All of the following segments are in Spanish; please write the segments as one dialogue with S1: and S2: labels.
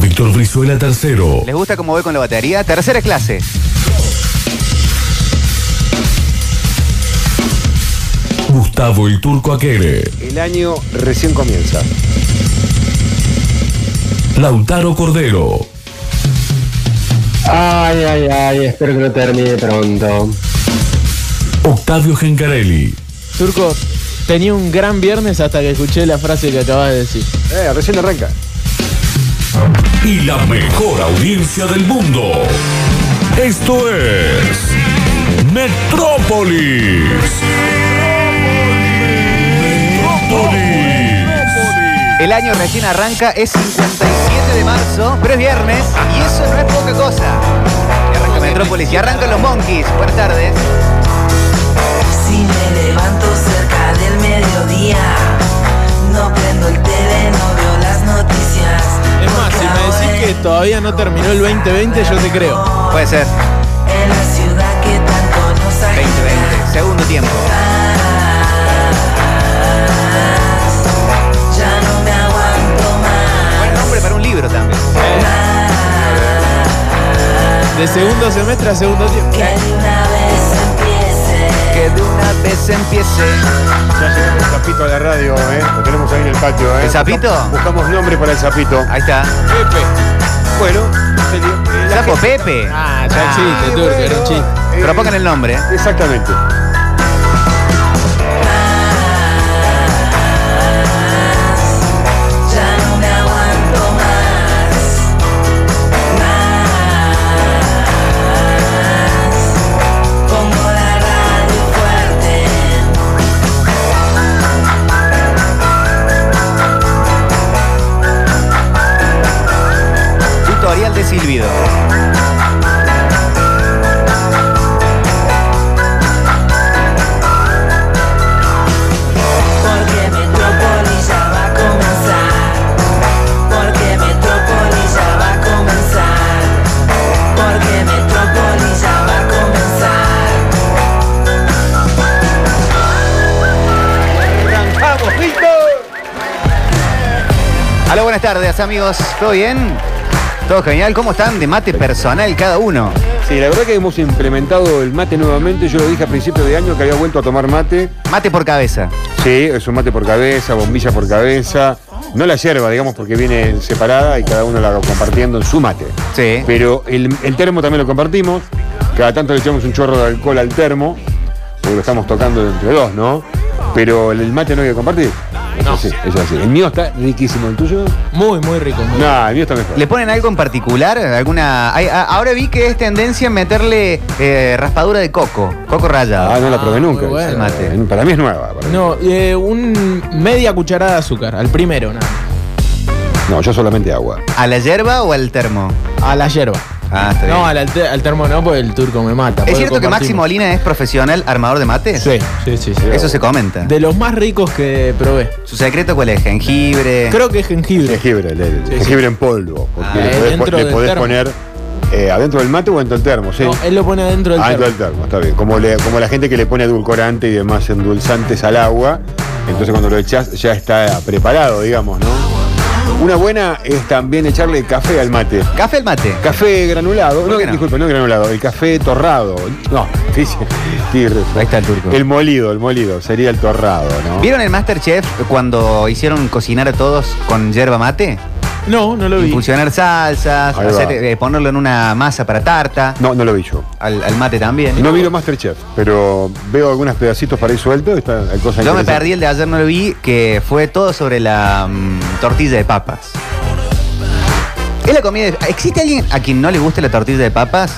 S1: Víctor Brizuela tercero.
S2: ¿Les gusta cómo voy con la batería? Tercera clase.
S1: Gustavo el Turco Aquere.
S3: El año recién comienza.
S1: Lautaro Cordero.
S4: Ay, ay, ay, espero que no termine pronto.
S1: Octavio Gencarelli.
S5: Turco, tenía un gran viernes hasta que escuché la frase que acabas de decir.
S3: Eh, recién arranca.
S1: y la mejor audiencia del mundo. Esto es Metrópolis. Metrópolis.
S2: El año recién arranca, es 57 de marzo, pero es viernes y eso no es poca cosa. Y arranca Metrópolis y arrancan los Monkeys. Buenas tardes.
S6: Si me levanto cerca del mediodía, no prendo el tele, no veo las noticias.
S5: Es más,
S6: porque
S5: si me
S6: ahora
S5: decís que todavía no terminó el 2020, yo te creo.
S2: Puede ser.
S6: En la ciudad que tanto nos
S2: 2020, segundo tiempo.
S6: agitas, ya no me aguanto más.
S2: Buen nombre para un libro también.
S5: De segundo semestre a segundo tiempo.
S6: Que de una vez empiece.
S2: Que de una vez empiece.
S3: Ya llegamos el zapito a la radio, ¿eh? Lo tenemos ahí en el patio, ¿eh?
S2: ¿El sapito?
S3: Buscamos nombre para el zapito.
S2: Ahí está.
S5: Pepe.
S3: Bueno, sería- eh, la
S2: Sapo
S3: gente-
S2: Pepe.
S5: Ah, ya existe, Turco, era un chiste.
S3: Eh,
S2: Pero pongan el nombre. ¿eh?
S3: Exactamente.
S6: Ya no me aguanto más. Más. Pongo la radio fuerte.
S2: Tutorial de silbido.
S6: Porque Metrópolis ya va a comenzar. Porque Metrópolis ya va a comenzar. Porque Metrópolis ya va a comenzar.
S2: ¡Arrancamos, Aló, buenas tardes, amigos. ¿Todo bien? ¿Todo genial? ¿Cómo están? De mate personal cada uno.
S3: Sí, la verdad que hemos implementado el mate nuevamente. Yo lo dije a principio de año que había vuelto a tomar mate.
S2: Mate por cabeza.
S3: Sí, es un mate por cabeza, bombilla por cabeza. No la yerba, digamos, porque viene separada y cada uno la va compartiendo en su mate.
S2: Sí.
S3: Pero el, el termo también lo compartimos. Cada tanto le echamos un chorro de alcohol al termo, porque lo estamos tocando entre dos, ¿no? Pero el mate no hay que compartir. No. Sí, eso así. El mío está riquísimo, el tuyo.
S5: Muy, muy rico. muy rico.
S3: No, el mío está mejor.
S2: ¿Le ponen algo en particular? ¿Alguna? hay- a- ahora vi que es tendencia meterle eh, raspadura de coco, coco rallado.
S3: Ah, no la probé
S5: Ah,
S3: nunca.
S5: muy bueno.
S3: esa.
S2: El mate.
S3: Para mí es nueva. para mí.
S5: No, eh, un media cucharada de azúcar, al primero, nada.
S3: No, yo solamente agua.
S2: ¿A la hierba o al termo?
S5: A la hierba.
S2: Ah, está bien.
S5: No, al, alter- al termo no, porque el turco me mata.
S2: ¿Es
S5: porque
S2: cierto que Máximo
S5: compartimos.
S2: Molina es profesional armador de mates?
S5: Sí, sí, sí, sí.
S2: Eso se comenta.
S5: De los más ricos que probé.
S2: ¿Su secreto cuál es? ¿Jengibre?
S5: Creo que es jengibre.
S3: Jengibre, el, el
S5: Sí, sí.
S3: jengibre en polvo. Porque
S2: Ah,
S3: le
S5: eh,
S3: podés,
S5: dentro
S3: po- le
S5: del
S3: podés
S5: termo.
S3: poner eh, adentro del mate o dentro del termo, sí.
S5: No, él lo pone adentro del
S3: Ah,
S5: termo.
S3: dentro del termo, está bien. Como, le- como la gente que le pone edulcorante y demás endulzantes al agua, entonces cuando lo echás ya está preparado, digamos, ¿no? Una buena es también echarle café al mate.
S2: ¿Café al mate?
S3: Café granulado,
S2: ¿Por
S3: no,
S2: qué no?
S3: disculpe, no granulado, el café torrado. No, sí, sí, sí,
S2: Ahí está el turco.
S3: El molido, el molido, sería el torrado, ¿no?
S2: ¿Vieron el Masterchef cuando hicieron cocinar a todos con yerba mate?
S5: No, no lo vi.
S2: Infusionar salsas,
S3: Ahí va.
S2: hacer, eh, ponerlo en una masa para tarta,
S3: No, no lo vi yo.
S2: al, al mate también.
S3: No miro Masterchef, pero veo algunos pedacitos para ir suelto. Está, hay cosas
S2: Yo me
S3: interesantes.
S2: perdí el de ayer, no lo vi, que fue todo sobre la mm, tortilla de papas. Es la comida de- ¿Existe alguien a quien no le guste la tortilla de papas?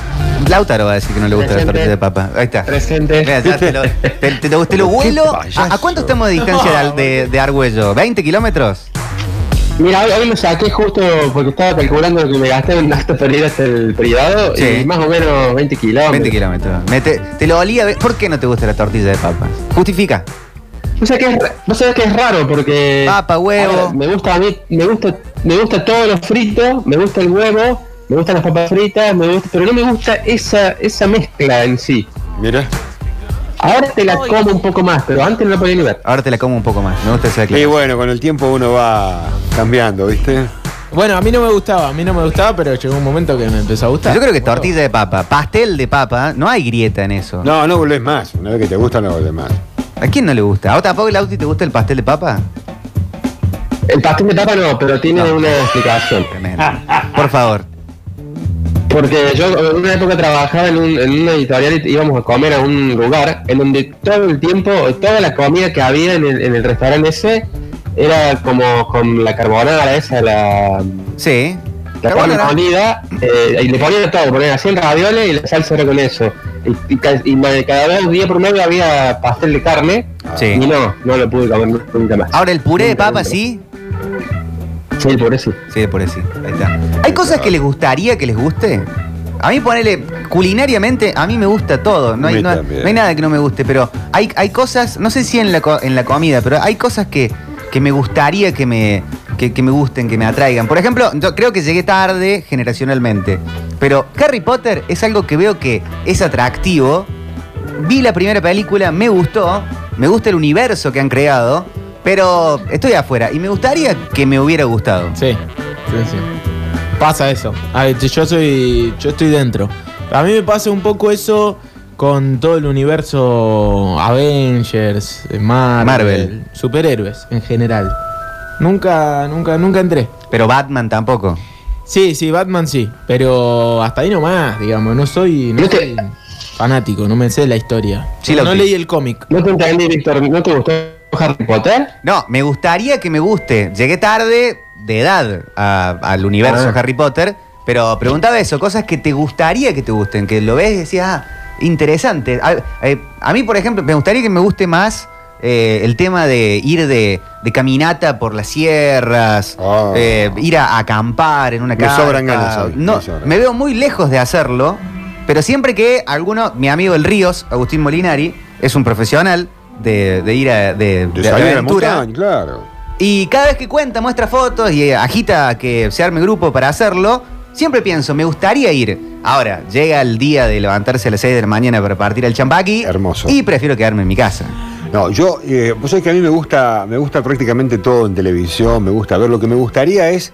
S2: Lautaro va a decir que no le gusta la
S4: Presente.
S2: tortilla de papas. Ahí está.
S4: Presente.
S2: Mira, ya te lo, te- te- te lo- te lo
S3: Pero qué
S2: vuelo. ¿A,
S3: payaso.
S2: a cuánto estamos de distancia de, Ar- de- de Argüello? ¿20 kilómetros?
S4: Mira, hoy, hoy lo saqué justo porque estaba calculando lo que me gasté en gastos perdidos el privado
S2: Sí.
S4: y más o menos 20 kilómetros.
S2: 20 kilómetros. Mete- te lo olía. ve- ¿Por qué no te gusta la tortilla de papas? Justifica.
S4: O sea que es, ra- vos sabés que es raro porque.
S2: Papa, huevo.
S4: Ahora, me gusta a mí, me gusta, me gusta todo lo frito, me gusta el huevo, me gustan las papas fritas, me gusta, pero no me gusta esa, esa mezcla en sí.
S3: Mira.
S4: Ahora te la como un poco más, pero antes no la podía ni ver.
S2: Ahora te la como un poco más. Me gusta esa
S3: Y
S2: clave.
S3: bueno, con el tiempo uno va cambiando, ¿viste?
S5: Bueno, a mí no me gustaba, a mí no me gustaba, pero llegó un momento que me empezó a gustar.
S2: Yo creo que tortilla de papa, pastel de papa, no hay grieta en eso.
S3: No, no volvés más. Una vez que te gusta, no volvés más.
S2: ¿A quién no le gusta? ¿A vos tampoco, Lauti, te gusta el pastel de papa?
S4: El pastel de papa no, pero tiene
S2: No.
S4: una explicación.
S2: Tremendo. Por favor.
S4: Porque yo en una época trabajaba en, un, en una editorial y íbamos a comer a un lugar en donde todo el tiempo, toda la comida que había en el, en el restaurante ese era como con la carbonara esa, la,
S2: Sí.
S4: la carne
S2: Carbonara.
S4: molida, eh, y le ponían todo, ponían así en ravioles y la salsa era con eso. Y, y ca- y ma- cada dos días por medio había pastel de carne
S2: Sí.
S4: y no, no lo pude comer nunca más.
S2: Ahora, el puré de
S4: Nunca,
S2: papa,
S4: nunca.
S2: sí.
S4: Sí, por eso.
S2: Sí, por ahí sí. Ahí está. ¿Hay cosas que les gustaría que les guste? A mí ponele, culinariamente, a mí me gusta todo. No
S3: A
S2: hay,
S3: mí
S2: no,
S3: también.
S2: no hay nada que no me guste, pero hay, hay cosas, no sé si en la, co- en la comida, pero hay cosas que, que me gustaría que me, que, que me gusten, que me atraigan. Por ejemplo, yo creo que llegué tarde generacionalmente, pero Harry Potter es algo que veo que es atractivo. Vi la primera película, me gustó, me gusta el universo que han creado, pero estoy afuera y me gustaría que me hubiera gustado.
S5: Sí, sí, sí. Pasa eso. A ver, yo soy. Yo estoy dentro. A mí me pasa un poco eso con todo el universo Avengers, Marvel,
S2: Marvel.
S5: superhéroes en general. Nunca, nunca, nunca entré.
S2: Pero Batman tampoco.
S5: Sí, sí, Batman sí, pero hasta ahí nomás, digamos, no soy, no
S4: Pero
S5: soy fanático, no me sé la historia.
S2: Sí,
S5: no
S2: Lauti.
S5: leí el cómic.
S4: No te entendí, Víctor, ¿no te gustó Harry Potter?
S2: No, me gustaría que me guste. Llegué tarde de edad a- al universo
S4: Ah.
S2: Harry Potter, pero preguntaba eso, cosas que te gustaría que te gusten, que lo ves y decías, ah, interesante. A, eh, a mí, por ejemplo, me gustaría que me guste más eh, el tema de ir de, de caminata por las sierras,
S3: Ah.
S2: eh, ir a, acampar en una
S3: Me
S2: casa.
S3: sobran ganas hoy, me
S2: No,
S3: sobran.
S2: me veo muy lejos de hacerlo, pero siempre que alguno, mi amigo el Ríos, Agustín Molinari, es un profesional de, de ir a, de,
S3: De
S2: de
S3: salir a la
S2: aventura.
S3: montaña, claro.
S2: Y cada vez que cuenta, muestra fotos y eh, agita que se arme grupo para hacerlo, siempre pienso, me gustaría ir. Ahora, llega el día de levantarse a las 6 de la mañana para partir al champaqui.
S3: Hermoso.
S2: Y prefiero quedarme en mi casa.
S3: No, yo, eh, vos sabés que a mí me gusta, me gusta prácticamente todo en televisión, me gusta ver. Lo que me gustaría es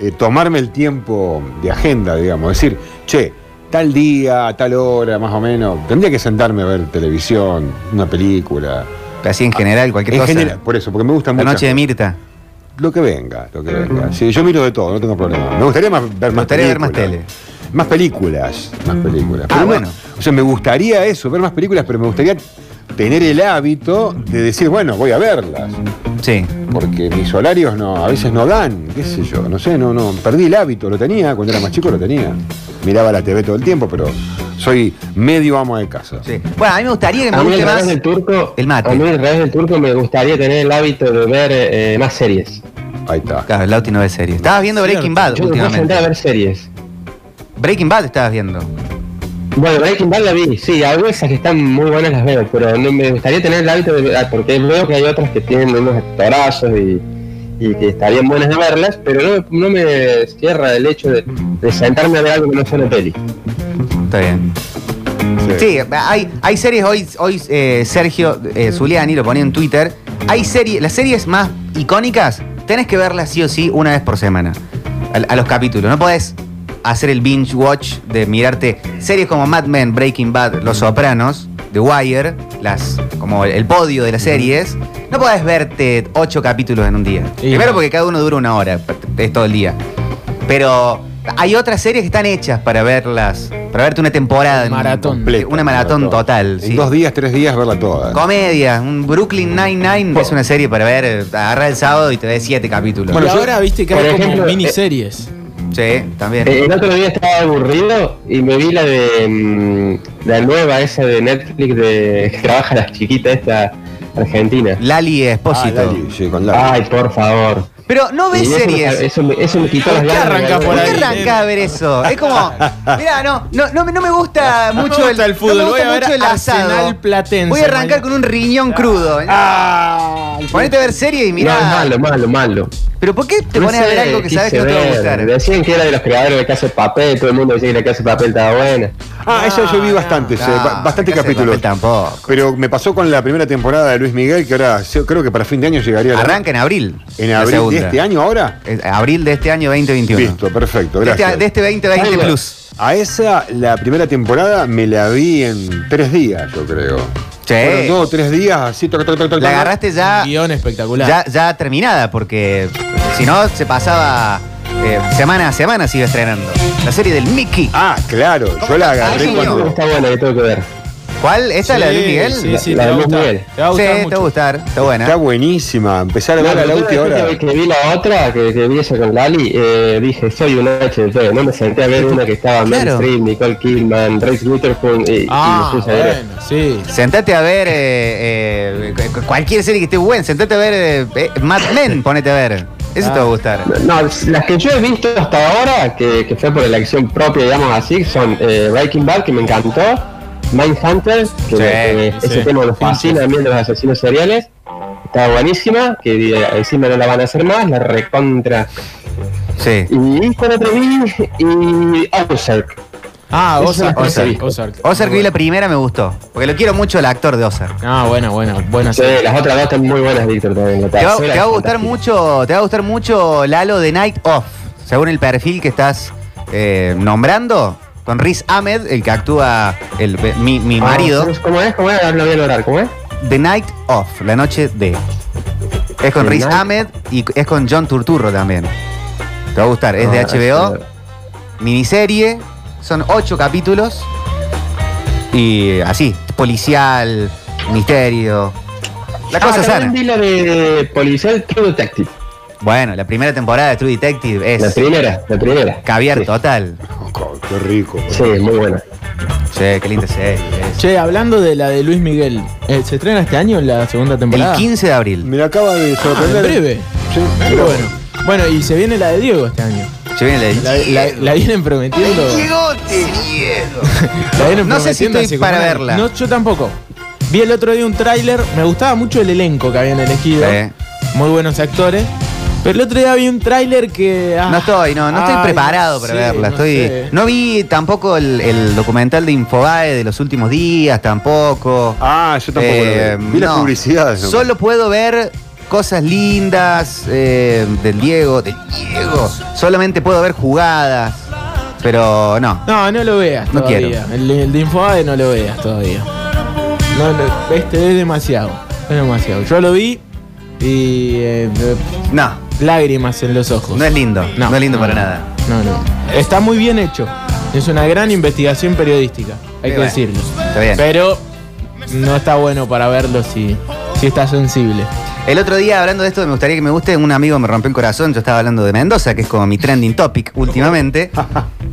S3: eh, tomarme el tiempo de agenda, digamos. Decir, che, tal día, tal hora, más o menos. Tendría que sentarme a ver televisión, una película.
S2: Así en general, cualquier
S3: En
S2: cosa.
S3: general, por eso, porque me gusta
S2: la
S3: mucho.
S2: noche de Mirta.
S3: Lo que venga, lo que venga. Sí, yo miro de todo, no tengo problema. Me gustaría más, ver más
S2: gustaría ver más
S3: películas. Más películas, más películas.
S2: Ah,
S3: Pero no-
S2: bueno.
S3: o sea, me gustaría eso, ver más películas, pero me gustaría tener el hábito de decir, bueno, voy a verlas.
S2: Sí.
S3: Porque mis horarios no, a veces no dan, qué sé yo, no sé, no, no. Perdí el hábito, lo tenía, cuando era más chico lo tenía. Miraba la TV todo el tiempo, pero soy medio amo de casa.
S2: sí. Bueno, a mí me gustaría que me
S4: A mí
S2: guste
S4: al
S2: más.
S4: revés del turco,
S2: el mate.
S4: A mí al revés del turco me gustaría tener el hábito de ver eh, más series.
S3: Ahí está.
S2: Claro, el Lauti no ve series. Estabas viendo
S5: Cierto.
S2: Breaking Bad
S4: Yo me puedo sentar a
S2: últimamente.
S4: ver series.
S2: Breaking Bad estabas viendo.
S4: Bueno, Breaking Bad la vi, sí, algunas que están muy buenas las veo, pero no me gustaría tener el hábito de ver, ah, porque veo que hay otras que tienen unos actorazos y, y que estarían buenas de verlas, pero no, no me cierra el hecho de, de sentarme a ver algo que no sea una peli.
S2: Está bien. Sí, hay, hay series hoy, hoy eh, Sergio
S5: Mm.
S2: eh, Zuliani lo ponía en Twitter. Hay series, las series más icónicas, tenés que verlas sí o sí una vez por semana. A, a los capítulos. No podés hacer el binge watch de mirarte series como Mad Men, Breaking Bad,
S5: Mm.
S2: Los Sopranos, The Wire, las, como el podio
S5: Mm.
S2: de las series. No podés verte ocho capítulos en un día.
S5: Y
S2: Primero
S5: no.
S2: porque cada uno dura una hora, es todo el día. Pero hay otras series que están hechas para verlas, para verte una temporada en-
S5: Maratón.
S3: Completa,
S2: una maratón total,
S3: En
S2: sí.
S3: dos días, tres días, verla toda.
S2: Comedia, un Brooklyn Nine-Nine es una serie para ver, eh, agarra el sábado y te ves siete capítulos.
S5: y ahora viste que
S4: por
S5: hay como
S4: ejemplo, eh,
S5: miniseries.
S2: sí, también.
S4: Eh, El otro día estaba aburrido y me vi la de mm, la nueva esa de Netflix de que trabaja la chiquita esta argentina.
S2: Lali Espósito.
S3: Ah, Lali, sí, con Lali.
S4: Ay, por favor.
S2: Pero no
S4: Y
S2: ves
S4: eso me-
S2: series.
S4: Eso me, eso me quitó las
S5: ¿Por qué
S4: ganas. de ver
S5: arrancás por
S2: ¿Por
S4: algo.
S2: qué
S5: ahí?
S2: arranca a ver eso? Es como, mira, no, no, no, me- no me gusta
S5: No me
S2: mucho
S5: gusta el fútbol,
S2: no me
S5: voy
S2: gusta
S5: a ver
S2: mucho el asado.
S5: Arsenal Platense,
S2: Voy a arrancar
S5: mañana.
S2: con un riñón crudo. ¿eh?
S3: Ah,
S2: Ponete a ver serie y
S4: No, es
S2: mirá.
S4: malo, malo, malo.
S2: Pero ¿por qué te
S4: No
S2: pones a
S4: sé,
S2: ver algo que sabes que
S4: quise
S2: no te va a
S4: ver.
S2: gustar?
S4: Decían que era de los creadores de Casa de Papel, todo el mundo decía que la Casa de Papel estaba buena.
S3: ah eso yo vi bastantes, eh, ba-
S2: No,
S3: bastantes
S2: Casa de
S3: capítulos.
S2: Papel Tampoco.
S3: Pero me pasó con la primera temporada de Luis Miguel, que ahora yo creo que para fin de año llegaría la-
S2: Arranca en abril.
S3: en
S2: la
S3: abril de
S2: segunda.
S3: este año ahora.
S2: Eh, Abril de este año 2021.
S3: Listo, perfecto,
S2: De este,
S3: gracias.
S2: de este 2020
S4: Ahí va.
S2: plus.
S3: A esa, la primera temporada me la vi en tres días, yo creo.
S2: Sí.
S3: Fueron dos o tres días, así, toc, toc, toc, toc,
S2: La
S3: toc.
S2: agarraste
S5: Un
S2: ya,
S5: guión espectacular.
S2: ah, ya, ya terminada, porque si no, se pasaba eh, semana a semana, se iba estrenando. La serie del Mickey.
S3: Ah, claro, yo la agarré
S2: Ay,
S3: cuando.
S2: no.
S4: Está buena, que tengo que ver.
S2: ¿Cuál? ¿Esta es la de Luis
S5: Sí,
S2: Miguel?
S5: Sí, sí,
S4: La- la
S5: te va a
S4: de Luis
S5: gustar.
S4: Miguel.
S5: Te va a
S2: Sí,
S5: gustar
S2: te va a
S5: mucho.
S2: gustar, está
S3: Está
S2: buena.
S3: buenísima. Empezar a
S4: No,
S3: ver a
S4: pero
S3: Lauti
S4: yo después
S3: ahora.
S4: que- Que vi la otra, que, que vi esa con Lali, eh, dije, soy un HDP. No me senté a ver una que estaba Meryl
S2: Claro.
S4: Streep, Nicole Kidman, Rex Witherspoon y, y
S5: Ah,
S4: me puse a ver eso.
S5: bueno, sí.
S2: Sentate a ver eh, eh, cu- cualquier serie que esté buena. Sentate a ver eh, eh, Mad Men, ponete a ver. Eso te va a gustar.
S4: No, las que yo he visto hasta ahora, que, que fue por elección propia, digamos así, son eh, Breaking Bad, que me encantó, Mindhunter, que, me- que me-
S5: sí.
S4: ese tema nos fascina a mí de los asesinos seriales, está buenísima, que eh, encima no la van a hacer más, la recontra.
S2: Sí.
S4: Y con otra vi, y Ozark.
S5: Ah,
S4: Eso
S5: Ozark,
S4: es
S5: Ozark,
S4: así.
S5: Ozark.
S2: Ozark vi
S5: Muy
S2: la primera, me gustó. Porque lo quiero mucho al actor de Ozark.
S5: buena. Ah, buena, buena, buena.
S4: Sí,
S5: serie.
S4: las otras dos están muy buenas, Víctor, también. La
S2: Te va,
S4: tercera
S2: te va a
S4: es
S2: gustar
S4: fantástica.
S2: mucho, te va a gustar mucho Lalo de Night Off. Según el perfil que estás eh, nombrando, con Riz Ahmed, el que actúa el, eh, mi, mi
S4: Ah,
S2: marido,
S4: ¿Cómo es? ¿Cómo es? Ahora lo voy a lograr, ¿cómo es?
S2: The Night Off, la noche de. Es con
S4: The
S2: Riz
S4: Night-
S2: Ahmed y es con John Turturro también. Te va a gustar, es de
S4: Ah,
S2: HBO, miniserie, son ocho capítulos y así, policial, misterio. La cosa
S4: ah,
S2: sana.
S4: también vi la de Policial True Detective.
S2: Bueno, la primera temporada de True Detective
S4: La
S2: es
S4: primera, la primera.
S2: caviar
S4: Sí.
S2: total.
S3: Oh, qué rico.
S4: Sí, muy buena.
S2: Che, qué linda serie. es.
S5: Che, hablando de la de Luis Miguel, eh, ¿se estrena este año la segunda temporada?
S2: El 15 de abril.
S3: Me la acaba de
S5: Ah, en
S3: sorprender.
S5: breve.
S3: Sí,
S5: Pero bueno. Bueno, y se viene la de Diego este año.
S2: Se viene la-
S5: La, la- la vienen prometiendo. La vienen
S2: No sé si
S5: prometiendo
S2: estoy
S5: hace
S2: para
S5: como un año.
S2: verla.
S5: No, yo tampoco. Vi el otro día un tráiler, me gustaba mucho el elenco que habían elegido.
S2: Sí. Eh,
S5: Muy buenos actores. Pero el otro día vi un tráiler que. ah,
S2: No estoy, no, no
S5: ay,
S2: estoy preparado
S5: no
S2: para
S5: sé,
S2: verla.
S5: no
S2: Estoy,
S5: sé.
S2: no vi tampoco el, el documental de Infobae de los últimos días, tampoco.
S3: Ah, yo tampoco
S2: Eh,
S3: la vi. Vi las
S2: no.
S3: publicidades. ¿no?
S2: Solo puedo ver cosas lindas eh, del Diego, del Diego. Solamente puedo ver jugadas, pero no.
S5: No, no lo veas
S2: No
S5: todavía. El, el de Infobae no lo veas todavía. No, no, este es demasiado. Es demasiado. Yo lo vi y. eh, eh,
S2: No,
S5: lágrimas en los ojos.
S2: no es lindo. No, es lindo para nada.
S5: No, no. Está muy bien hecho. Es una gran investigación periodística,
S2: Sí,
S5: hay que
S2: bueno,
S5: decirlo.
S2: está bien.
S5: Pero no está bueno para verlo si, si está sensible.
S2: El otro día, hablando de esto, me gustaría que me guste, un amigo me rompió el corazón, yo estaba hablando de Mendoza, que es como mi trending topic últimamente.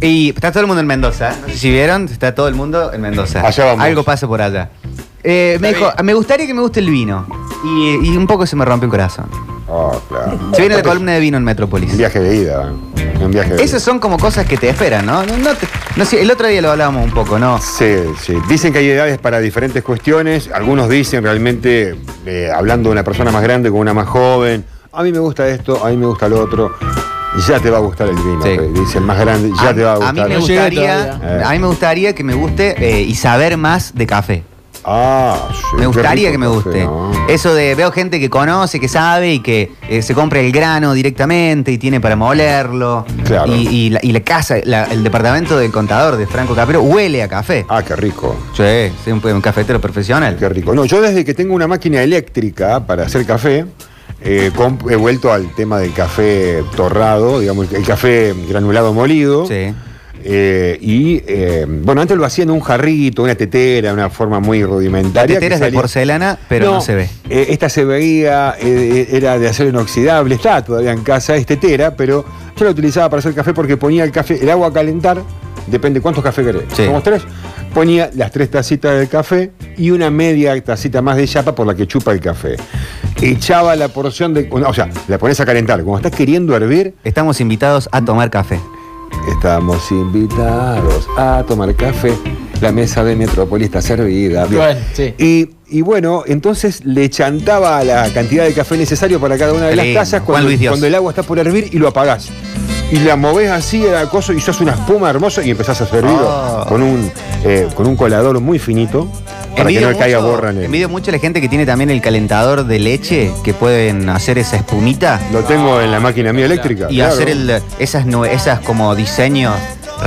S2: y está todo el mundo en Mendoza. No sé Si vieron, está todo el mundo en Mendoza.
S3: Allá vamos.
S2: Algo pasa por allá. Eh, me dijo, me gustaría que me guste el vino. Y, y un poco se me rompió el corazón.
S3: Ah, claro.
S2: Se viene la columna de vino en Metrópolis.
S3: Un viaje de ida. Un viaje de
S2: Esas son como cosas que te esperan, ¿no? No, no te- no sé, el otro día lo hablábamos un poco, ¿no?
S3: Sí, sí. Dicen que hay edades para diferentes cuestiones. Algunos dicen realmente, eh, hablando de una persona más grande con una más joven, a mí me gusta esto, a mí me gusta lo otro. Ya te va a gustar el vino.
S2: Sí.
S3: eh. Dice el más grande, ya te va a
S2: a
S3: gustar.
S2: mí me
S5: No llega
S2: gustaría,
S3: todavía.
S2: a mí me gustaría que me guste eh, y saber más de café.
S3: Ah, sí, qué
S2: Me gustaría
S3: rico
S2: que me
S3: café,
S2: guste.
S3: ¿no?
S2: Eso de veo gente que conoce, que sabe y que eh, se compra el grano directamente y tiene para molerlo.
S3: Claro.
S2: Y, y la, y la casa, la- el departamento del contador de Franco Capero huele a café.
S3: Ah, qué rico.
S2: Sí, soy un, un cafetero profesional.
S3: Qué rico. No, yo desde que tengo una máquina eléctrica para hacer café, eh, comp- he vuelto al tema del café torrado, digamos, el café granulado molido.
S2: Sí.
S3: Eh, y eh, bueno, antes lo hacía en un jarrito, una tetera, una forma muy rudimentaria.
S2: Teteras
S3: que
S2: de
S3: salía-
S2: porcelana, pero no, se ve.
S3: eh, esta se veía, eh, era de acero inoxidable, está todavía en casa, es tetera, pero yo la utilizaba para hacer café porque ponía el café, el agua a calentar, depende cuántos cafés querés.
S2: Sí.
S3: Somos tres. Ponía las tres tacitas del café, y una media tacita más de chapa por la que chupa el café. Echaba la porción de. O sea, la pones a calentar. Como estás queriendo hervir,
S2: Estamos invitados a tomar café.
S3: estamos invitados a tomar café. La mesa de Metrópolis está servida. Bien.
S5: Bueno, sí.
S3: Y, y bueno, entonces le chantaba la cantidad de café necesario para cada una de las
S2: Lindo,
S3: tazas
S2: Juan
S3: cuando,
S2: Luis Dios.
S3: cuando el agua está por hervir y lo apagás. Y la movés así a la cosa y sos una espuma hermosa y empezás a servirlo
S2: Ah.
S3: con, un, eh, con un colador muy finito para que no le caiga borra en el-
S2: envidio mucho a la gente que tiene también el calentador de leche, que pueden hacer esa espumita
S3: Lo tengo en la máquina mía eléctrica.
S2: y
S3: claro.
S2: hacer el, esas, nue- esas como diseños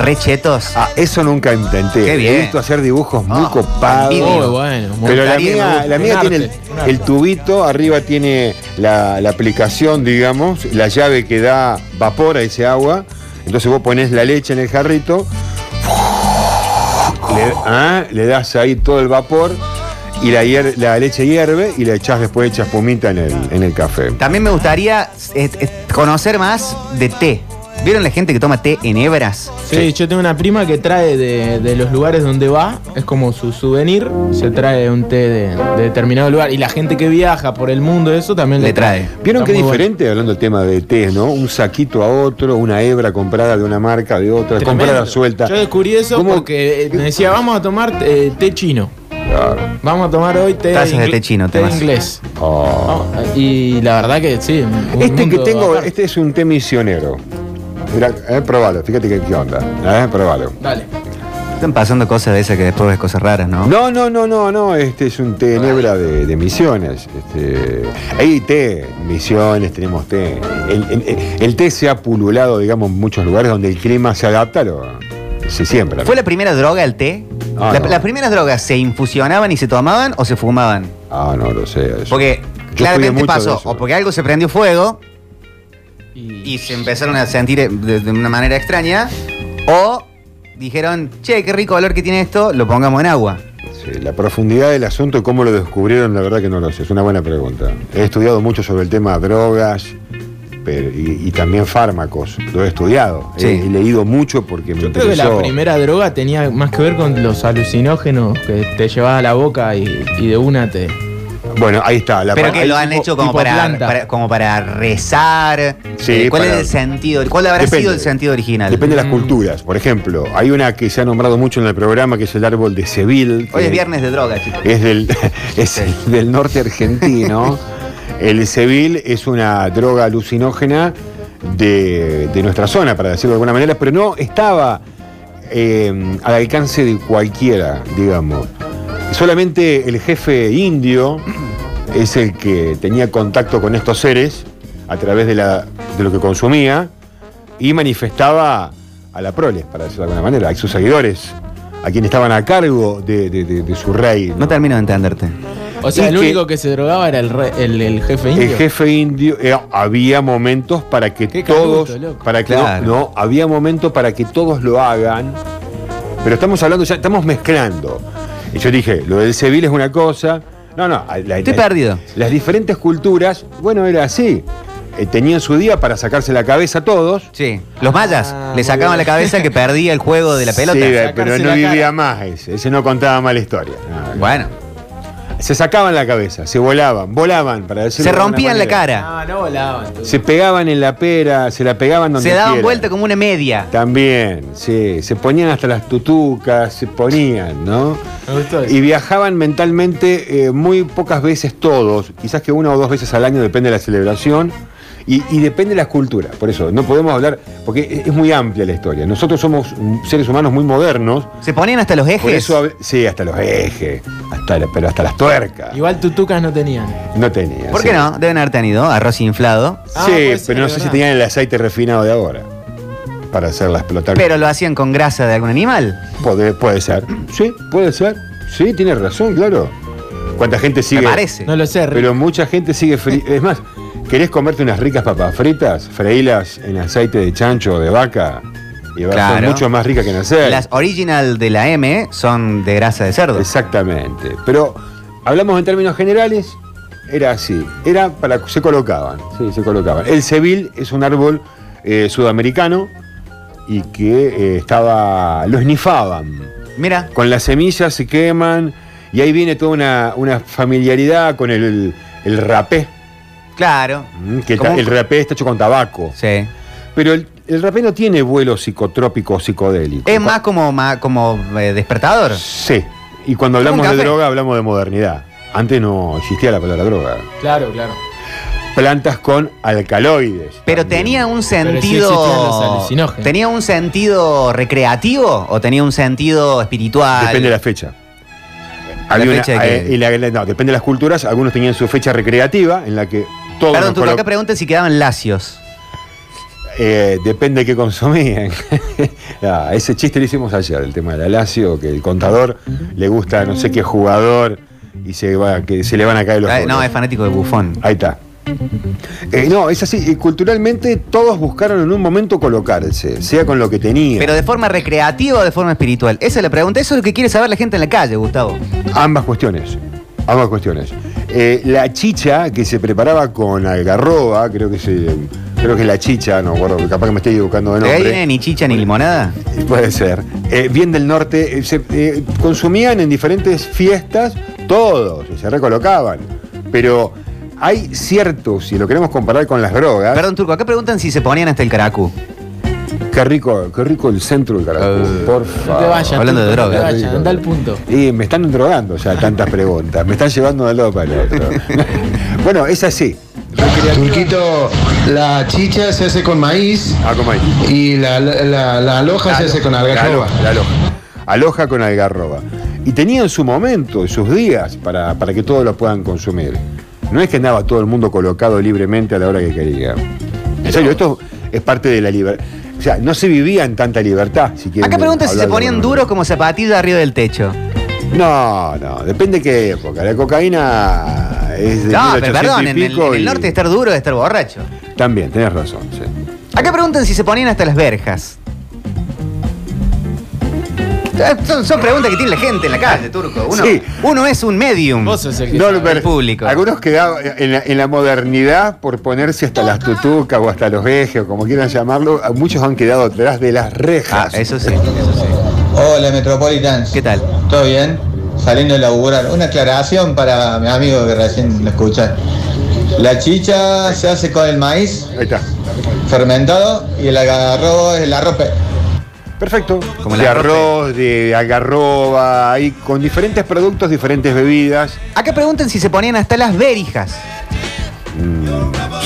S2: rechetos.
S3: Ah, eso nunca intenté.
S2: Qué bien.
S3: He visto hacer dibujos muy
S2: Ah,
S3: copados.
S2: envidio.
S5: Muy bueno. muy
S3: Pero la
S2: Estaría
S3: mía,
S2: muy-
S3: la mía
S5: un arte,
S3: tiene
S5: un
S3: el,
S5: arte.
S3: el tubito, arriba tiene la, la aplicación, digamos, la llave que da vapor a ese agua. Entonces vos pones la leche en el jarrito, le, ah, le das ahí todo el vapor y la, hier- la leche hierve y la echás después hecha espumita en el, en el café.
S2: También me gustaría eh, eh, conocer más de té. ¿Vieron la gente que toma té en hebras?
S5: Sí, yo tengo una prima que trae de, de los lugares donde va, es como su souvenir, se trae un té de, de determinado lugar. Y la gente que viaja por el mundo, eso también
S2: Le trae.
S3: ¿Vieron
S5: Está
S3: qué
S5: muy bueno.
S3: diferente, hablando del tema de té, ¿no? Un saquito a otro, una hebra comprada de una marca, de otra,
S5: Tremendo.
S3: comprada suelta.
S5: Yo descubrí eso
S3: ¿Cómo?
S5: porque eh, me decía, vamos a tomar eh, té chino.
S3: Claro.
S5: Vamos a tomar hoy té,
S2: Tazas de
S5: ingle-
S2: té chino,
S5: té
S2: tomás.
S5: inglés.
S3: Oh.
S5: Vamos, eh, Y la verdad que sí. un
S3: Este que
S5: mundo
S3: tengo,
S5: aparte.
S3: este es un té misionero. Mirá, eh, probalo, fíjate que- qué onda. Eh, probalo.
S5: Dale.
S2: Están pasando cosas de esas que después ves cosas raras, ¿no?
S3: No, no, no, no, no, este es un té de nebra de, de misiones. Este, hay té, misiones, tenemos té. El, el- el té se ha pululado, digamos, en muchos lugares donde el clima se adapta, lo, se siembra.
S2: ¿Fue la primera droga el té?
S3: Ah,
S2: La-
S3: no.
S2: ¿Las primeras drogas se infusionaban y se tomaban o se fumaban?
S3: Ah, no lo sé. eso.
S2: Porque
S3: Yo estudié
S2: claramente
S3: mucho de
S2: pasó,
S3: eso.
S2: o porque algo se prendió fuego y se empezaron a sentir eh, de, de una manera extraña, o dijeron, che, qué rico olor que tiene esto, lo pongamos en agua.
S3: Sí, la profundidad del asunto y cómo lo descubrieron, la verdad que no lo sé. Es una buena pregunta. He estudiado mucho sobre el tema drogas pero- y, y también fármacos. Lo he estudiado.
S2: Sí.
S3: He, he leído mucho porque me
S5: Yo creo que la
S3: interesó.
S5: primera droga tenía más que ver con los alucinógenos que te llevas a la boca y, y de una te.
S3: Bueno, ahí está. La
S2: Pero
S3: pa-
S2: que
S5: hay
S2: lo han
S5: tipo-
S2: hecho como
S5: tipo
S2: para,
S5: planta.
S2: para- como para rezar.
S3: Sí,
S2: Eh, ¿Cuál
S3: para-
S2: es el sentido? ¿Cuál habrá
S3: Depende.
S2: sido el sentido original?
S3: Depende de las
S5: Mm.
S3: culturas. Por ejemplo, hay una que se ha nombrado mucho en el programa, que es el árbol de Seville.
S2: Hoy
S3: que-
S2: es viernes de droga, chicos.
S3: es del, es el del norte argentino. El Sevil es una droga alucinógena de, de nuestra zona, para decirlo de alguna manera, pero no estaba eh, al alcance de cualquiera, digamos. Solamente el jefe indio es el que tenía contacto con estos seres a través de, la, de lo que consumía y manifestaba a la prole, para decirlo de alguna manera, a sus seguidores, a quienes estaban a cargo de, de- de- de su rey. ¿no?
S2: No termino de entenderte.
S5: O sea,
S3: Y
S5: el
S3: que-
S5: único que se drogaba era el, re- el, el jefe indio.
S3: El jefe indio eh, había momentos para que
S5: Qué
S3: todos,
S5: canuto, loco.
S3: para que
S2: Claro.
S3: no, no, había momentos para que todos lo hagan. Pero estamos hablando ya, estamos mezclando. Y yo dije, lo del civil es una cosa. No, no, la-
S2: Estoy
S3: la-
S2: perdido.
S3: Las diferentes culturas, bueno, era así. Eh, tenían su día para sacarse la cabeza todos.
S2: Sí. Los mayas
S5: Ah,
S2: le
S5: muy
S2: sacaban
S5: bien.
S2: la cabeza que perdía el juego de la pelota.
S3: Sí,
S5: Sacarse
S3: pero no
S5: la
S3: vivía
S5: cara.
S3: más ese. Ese no contaba mala historia. No, no.
S2: Bueno,
S3: Se sacaban la cabeza, se volaban, volaban, para
S2: se
S3: decirlo de alguna
S2: rompían la
S3: manera.
S2: cara.
S5: Ah, No, no volaba. entonces.
S3: Se pegaban en la pera, se la pegaban donde
S2: Se daban
S3: quieran.
S2: vuelta como una media.
S3: También, sí. Se ponían hasta las tutucas, se ponían, ¿no?
S5: Me gustó eso.
S3: Y viajaban mentalmente eh, muy pocas veces todos, quizás que una o dos veces al año, depende de la celebración. Y, y depende de las culturas, por eso no podemos hablar, porque e, es muy amplia la historia. Nosotros somos mm, seres humanos muy modernos,
S2: Se ponían hasta los
S3: por
S2: ejes.
S3: eso hab- sí, hasta los ejes, hasta la- pero hasta las tuercas.
S5: Igual tutucas no tenían.
S3: No tenía.
S2: ¿Por
S3: sí.
S2: qué no? Deben haber tenido arroz inflado.
S3: Sí,
S5: Ah, puede ser,
S3: pero no
S5: es
S3: sé si
S5: verdad.
S3: tenían el aceite refinado de ahora para hacerla explotar.
S2: Pero lo hacían con grasa de algún animal.
S3: Puede, puede ser. Sí, puede ser. Sí, tiene razón, claro. ¿Cuánta gente sigue?
S2: Me parece.
S5: No lo sé, Rick.
S3: Pero mucha gente sigue fri- Es más, ¿querés comerte unas ricas papas fritas? Freílas en aceite de chancho o de vaca. Y va a ser
S2: Claro.
S3: mucho más rica que nacer.
S2: Las original de la M son de grasa de cerdo.
S3: Exactamente. Pero hablamos en términos generales, era así. Era para se colocaban. Sí, se colocaban. El sevil es un árbol eh, sudamericano y que eh, estaba. lo esnifaban.
S2: Mira,
S3: Con las semillas se queman Y ahí viene toda una, una familiaridad con el, el rapé.
S2: Claro.
S3: ¿m? Que
S2: Como un-
S3: está- el rapé está hecho con tabaco.
S2: Sí.
S3: Pero el, el rapé no tiene vuelo psicotrópico o psicodélico.
S2: Es más como, ma- como eh, despertador.
S3: Sí. Y cuando
S2: Como un
S3: hablamos de
S2: café.
S3: droga, hablamos de modernidad. Antes no existía la palabra droga.
S5: Claro, claro.
S3: Plantas con alcaloides.
S2: Pero
S3: también.
S2: tenía un
S5: Pero sí
S2: sentido.
S5: existían los alucinógenos.
S2: ¿Tenía un sentido recreativo o tenía un sentido espiritual?
S3: Depende de la fecha. Había una-
S2: fecha de que-
S3: eh, y la- la- no, depende de las culturas. Algunos tenían su fecha recreativa en la que todo.
S2: Perdón, tú acá preguntas si quedaban lacios.
S3: Eh, depende de qué consumían. Ah, ese chiste lo hicimos ayer, el tema del Alacio, que el contador le gusta no sé qué jugador y se va, que se le van a caer los.
S2: Ah, no,
S3: bolos.
S2: es fanático de bufón.
S3: Ahí está. Eh, no, es así. Y culturalmente todos buscaron en un momento colocarse, sea con lo que tenían.
S2: Pero de forma recreativa o de forma espiritual. Esa es la pregunta. Eso es lo que quiere saber la gente en la calle, Gustavo.
S3: Ambas cuestiones. Ambas cuestiones. Eh, la chicha que se preparaba con algarroba, creo que se. Creo que la chicha, no acuerdo, capaz que me estoy equivocando de
S2: ¿De ahí viene
S3: nombre.
S2: ni chicha ni limonada?
S3: Puede ser. Eh, bien del norte, eh, se eh, consumían en diferentes fiestas todos, y se recolocaban. Pero hay cierto, si lo queremos comparar con las drogas,
S2: Perdón, Turco, acá preguntan si se ponían hasta el caracú.
S3: qué rico, qué rico el centro del Caracol, por favor.
S5: Eh. No te vayas.
S2: hablando de
S5: Turco, No te
S2: droga.
S5: vayas, anda al punto.
S3: Y me están drogando ya tantas preguntas. Me están llevando de un lado para el otro. bueno, es así.
S7: Turquito, la chicha se hace con maíz
S3: Ah, como ahí.
S7: y la, la, la- la aloja se hace con algarroba.
S3: La aloja. Aloja con algarroba. Y tenían su momento, sus días para, para que todos lo puedan consumir. No es que andaba todo el mundo colocado libremente a la hora que quería. En serio, esto es parte de la libertad. O sea, no se vivía en tanta libertad. Si quieren
S2: Acá preguntan si
S3: hablar
S2: se
S3: de
S2: ponían
S3: alguna
S2: duros como zapatillas arriba del techo.
S3: No, no, depende qué época. La cocaína es de
S2: No,
S3: 1800
S2: pero
S3: y
S2: perdón, en el,
S3: pico
S2: en el
S3: y-
S2: norte estar duro es estar borracho.
S3: También, tenés razón, sí.
S2: Acá preguntan si se ponían hasta las verjas. Eh, Son, son preguntas que tiene la gente en la calle, turco. Uno,
S3: Sí.
S2: uno es un medium.
S5: Vos sos el que
S3: No,
S5: sabe.
S3: pero-
S2: público.
S3: Algunos quedaban en la, en la modernidad por ponerse hasta las tutucas o hasta los ejes, o como quieran llamarlo. Muchos han quedado atrás de las
S2: Ah,
S3: rejas.
S2: eso sí, eso sí.
S8: Hola Metropolitans.
S2: ¿Qué tal?
S8: ¿Todo bien? Saliendo a laburar. Una aclaración para mi amigo que recién lo escuchan. La chicha se hace con el maíz
S3: Ahí está.
S8: fermentado y el algarrobo es el arrope.
S3: Perfecto.
S2: Como
S3: de
S2: la
S3: arroz, de algarroba, ahí con diferentes productos, diferentes bebidas.
S2: Acá preguntan si se ponían hasta las verijas.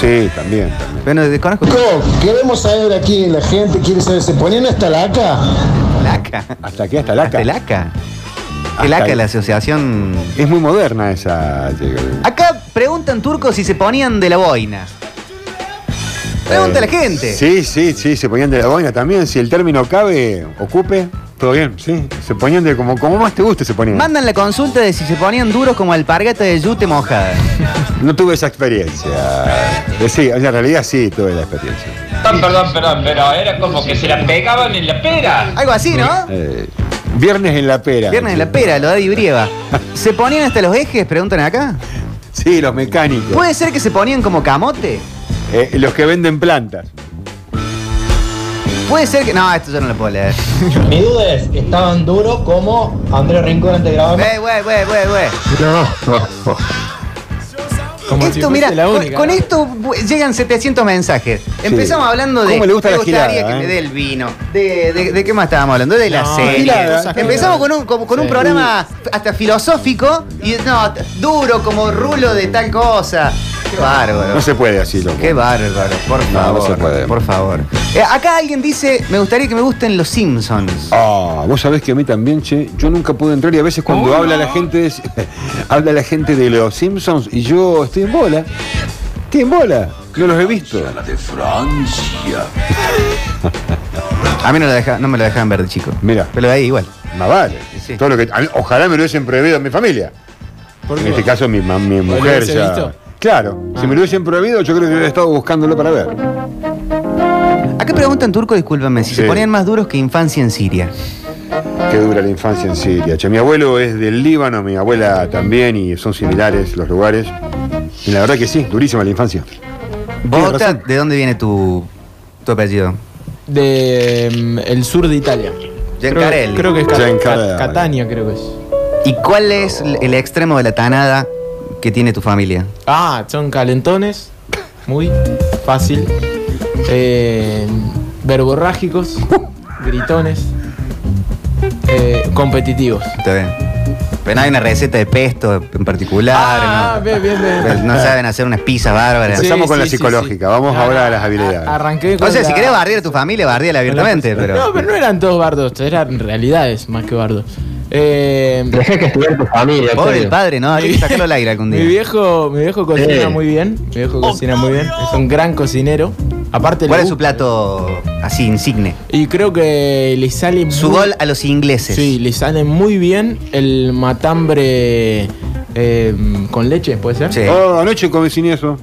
S3: Sí, también, también.
S2: Bueno, desconozco.
S8: Oh,
S7: Queremos saber aquí, la gente quiere saber, ¿se ponían hasta la acá?
S2: Laca.
S3: Hasta aquí, hasta
S2: Hasta
S3: laca.
S2: el ACA. El
S3: Hasta
S2: ACA,
S3: el-
S2: la asociación.
S3: Es muy moderna esa.
S2: Acá preguntan turcos si se ponían de la boina. Pregunta a la gente.
S3: Eh, Sí, sí, sí, se ponían de la boina también. Si el término cabe, ocupe, todo bien, sí. Se ponían de como, como más te guste, se ponían.
S2: Mandan la consulta de si se ponían duros como alpargata de yute mojada.
S3: No tuve esa experiencia. Eh, Sí, en realidad sí tuve la experiencia.
S9: Perdón, perdón, perdón, pero era como que se la pegaban en la pera.
S2: Algo así, ¿no?
S3: Eh, viernes en la pera.
S2: Viernes de la pera, lo da Di Brieva. ¿Se ponían hasta los ejes? Preguntan acá.
S3: Sí, los mecánicos.
S2: ¿Puede ser que se ponían como camote?
S3: Eh, los que venden plantas.
S2: Puede ser que. No, esto yo no lo puedo leer.
S8: Mi duda es, ¿estaban duros como Andrés Rincón antes de grabarme?
S2: Wey, wey, wey, wey, wey.
S5: Como si
S2: Esto,
S5: fuese
S2: mira,
S5: la
S2: con,
S5: única,
S2: con
S5: ¿no?
S2: esto bu- llegan 700 mensajes. Empezamos hablando de.
S3: ¿Cómo le gusta
S2: me
S3: la
S2: gustaría
S3: gilada,
S2: que me
S3: eh?
S2: dé el vino. De, de- de qué más estábamos hablando? De la
S5: No,
S2: serie.
S5: gilada, cosas
S2: Empezamos
S5: gilada.
S2: con un, con, con un
S5: Sí. Uh.
S2: programa hasta filosófico y no, t- duro como rulo de tal cosa. Qué bárbaro.
S3: No se puede así, loco.
S2: Qué bárbaro, por
S3: No,
S2: favor.
S3: no se puede.
S2: Por favor. Eh, acá alguien dice, me gustaría que me gusten los Simpsons.
S3: Ah, vos sabés que a mí también, che, yo nunca pude entrar y a veces
S2: Oh,
S3: cuando habla la gente es- habla la gente de los Simpsons y yo estoy en bola. Estoy en bola. No los he visto.
S2: A mí no, lo deja- no me lo dejaban ver de chico.
S3: Mira.
S2: Pero de ahí igual.
S3: Más vale.
S2: Sí.
S3: Todo lo que, a mí- ojalá me lo hubiesen prohibido en mi familia.
S5: ¿Por
S3: En
S5: qué?
S3: este caso, mi, ma- mi
S5: lo
S3: mujer
S5: hubiese
S3: ya.
S5: visto?
S3: Claro, si me lo hubiesen prohibido, yo creo que hubiera estado buscándolo para ver.
S2: Acá preguntan turco, discúlpame, si se
S3: Sí.
S2: ponían más duros que infancia en Siria.
S3: Qué dura la infancia en Siria. Che, mi abuelo es del Líbano, mi abuela también, y son similares los lugares. Y la verdad que sí, durísima la infancia. Tienes
S2: ¿Vota?
S3: razón.
S2: ¿De dónde viene tu, tu apellido?
S5: De mm, el sur de Italia. Creo-
S2: Giancarelli.
S5: Creo, que es Cat-
S3: Giancarelli.
S5: Cat- Catania, creo que es.
S2: ¿Y cuál es el el extremo de la tanada que tiene tu familia?
S5: Ah, son calentones. Muy fácil. Eh, verborrágicos. Gritones. eh, competitivos.
S2: Está bien. Pero no hay una receta de pesto en particular.
S5: Ah,
S2: ¿no?
S5: bien, bien, bien.
S2: Pero no saben hacer unas pizzas bárbaras.
S5: Sí,
S3: Empezamos con la
S5: sí, sí,
S3: psicológica,
S5: sí.
S3: vamos
S5: No,
S3: ahora
S5: no,
S3: a las habilidades.
S5: a- arranqué con
S2: O sea,
S5: la-
S2: si querés bardear a tu familia, bardeala abiertamente, pero.
S5: No, pero no eran todos bardos, eran realidades más que bardos. Eh,
S4: Deja que estudiar tu familia,
S2: Pobre
S4: Antonio.
S2: el padre, ¿no? Hay que sacarlo al aire algún
S5: mi
S2: día.
S5: viejo, mi viejo cocina
S4: Sí.
S5: muy bien, mi viejo cocina muy bien, es un gran cocinero. Aparte
S2: ¿Cuál
S5: le
S2: es su
S5: gusta-
S2: plato así, insigne?
S5: Y creo que le sale
S2: Su
S5: muy-
S2: gol a los ingleses.
S5: Sí, le sale muy bien el matambre eh, con leche, ¿puede ser?
S2: Sí.
S3: Oh, anoche comí sin eso.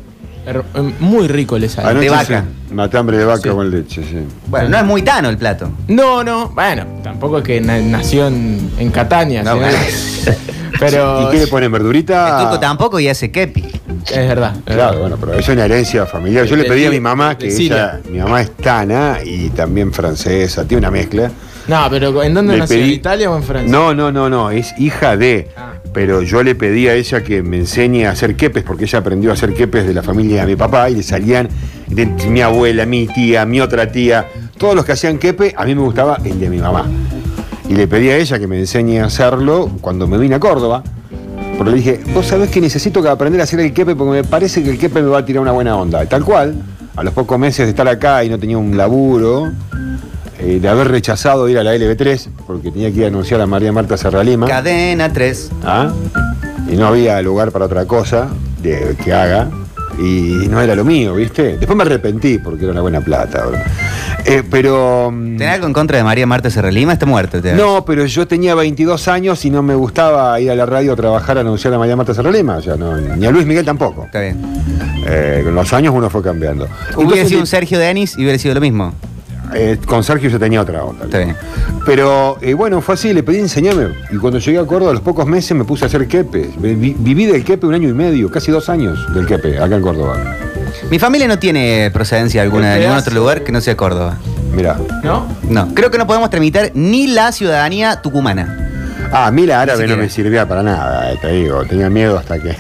S5: Er- eh, Muy rico le sale.
S3: Anoche
S2: de vaca.
S3: sí. Matambre de vaca
S5: Sí.
S3: con leche, sí.
S2: Bueno, no es muy tano el plato.
S5: No, no, bueno, tampoco es que na- nació en, en Catania,
S2: No,
S5: sino-
S2: bueno.
S5: pero
S3: ¿Y qué le
S5: Ah.
S3: ponen?
S2: El turco
S3: ¿Verdurita?
S2: tampoco y hace kepi.
S5: es verdad. es
S3: Claro,
S5: verdad.
S3: bueno, pero es una herencia familiar. Yo
S5: De-
S3: le pedí a
S5: de-
S3: mi mamá que
S5: de Siria.
S3: ella, mi mamá es tana y también francesa, tiene una mezcla.
S5: No, pero ¿en dónde
S3: Le
S5: nació?
S3: pedí-
S5: ¿En Italia o en Francia?
S3: No, no, no, no, es hija de.
S5: Ah.
S3: Pero yo le pedí a ella que me enseñe a hacer quepes, porque ella aprendió a hacer quepes de la familia de mi papá y le salían de mi abuela, mi tía, mi otra tía. Todos los que hacían quepe, a mí me gustaba el de mi mamá. Y le pedí a ella que me enseñe a hacerlo cuando me vine a Córdoba. Porque le dije, vos sabés que necesito que aprender a hacer el quepe porque me parece que el quepe me va a tirar una buena onda. Tal cual, a los pocos meses de estar acá y no tenía un laburo, eh, de haber rechazado ir a la LB3 porque tenía que ir a anunciar a María Marta Serralima.
S2: Cadena 3.
S3: ¿ah? Y no había lugar para otra cosa de- que haga. Y no era lo mío, ¿viste? Después me arrepentí porque era una buena plata. bro. Eh, pero. mm,
S2: ¿Tenés algo en contra de María Marta Serralima? Está muerto. te-
S3: No, pero yo tenía 22 años y no me gustaba ir a la radio a trabajar a anunciar a María Marta Serralima. O sea, no, ni a Luis Miguel tampoco.
S2: Está bien.
S3: Eh, con los años uno fue cambiando.
S2: Hubiera
S3: Entonces,
S2: sido un Sergio Denis y hubiera sido lo mismo.
S3: Eh, con Sergio yo tenía otra onda.
S2: Está bien.
S3: Pero eh, bueno, fue así, le pedí enseñarme. Y cuando llegué a Córdoba, a los pocos meses me puse a hacer quepe. Vi- viví del quepe un año y medio, casi dos años del quepe, acá en Córdoba.
S2: Mi familia no tiene procedencia alguna de
S5: ¿Qué
S2: ningún
S5: hace?
S2: otro lugar que no sea Córdoba.
S3: Mirá.
S5: ¿No?
S2: No. Creo que no podemos tramitar ni la ciudadanía tucumana.
S3: Ah, a mí la árabe no
S2: siquiera.
S3: me servía para nada, eh, te digo. Tenía miedo hasta que.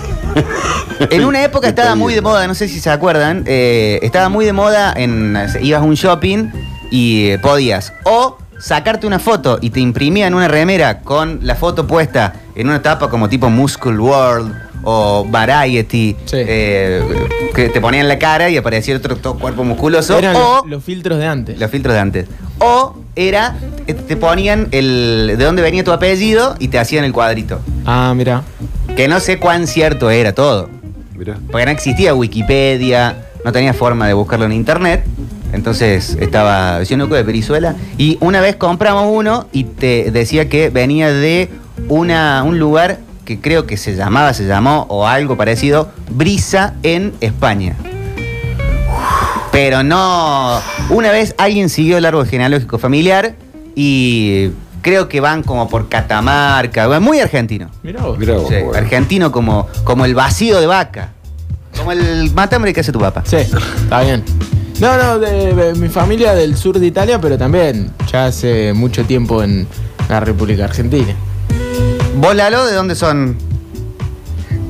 S2: En una época
S3: Qué
S2: estaba muy de
S3: terrible.
S2: moda, no sé si se acuerdan, eh, estaba muy de moda en ibas a un shopping y eh, podías o sacarte una foto y te imprimían una remera con la foto puesta en una tapa como tipo Muscle World o Variety,
S5: Sí.
S2: eh, que te ponían la cara y aparecía otro todo cuerpo musculoso
S5: Eran
S2: o
S5: los, los filtros de antes.
S2: los filtros de antes. O era eh, te ponían el de dónde venía tu apellido y te hacían el cuadrito.
S5: Ah, mira.
S2: Que no sé cuán cierto era todo.
S3: Mirá.
S2: Porque no existía Wikipedia, no tenía forma de buscarlo en internet. Entonces estaba yo no de Perizuela. Y una vez compramos uno y te decía que venía de una, un lugar que creo que se llamaba, se llamó o algo parecido, Brisa en España. Pero no. Una vez alguien siguió el árbol genealógico familiar y creo que van como por Catamarca, bueno, muy argentino.
S5: Mira vos.
S3: Mirá vos,
S2: Sí,
S3: bueno.
S2: argentino como, como el vacío de vaca. Como el matambre que hace tu papá.
S5: Sí, está bien. No, no, de, de mi familia del sur de Italia, pero también ya hace mucho tiempo en la República Argentina.
S2: ¿Vos, Lalo, de dónde son?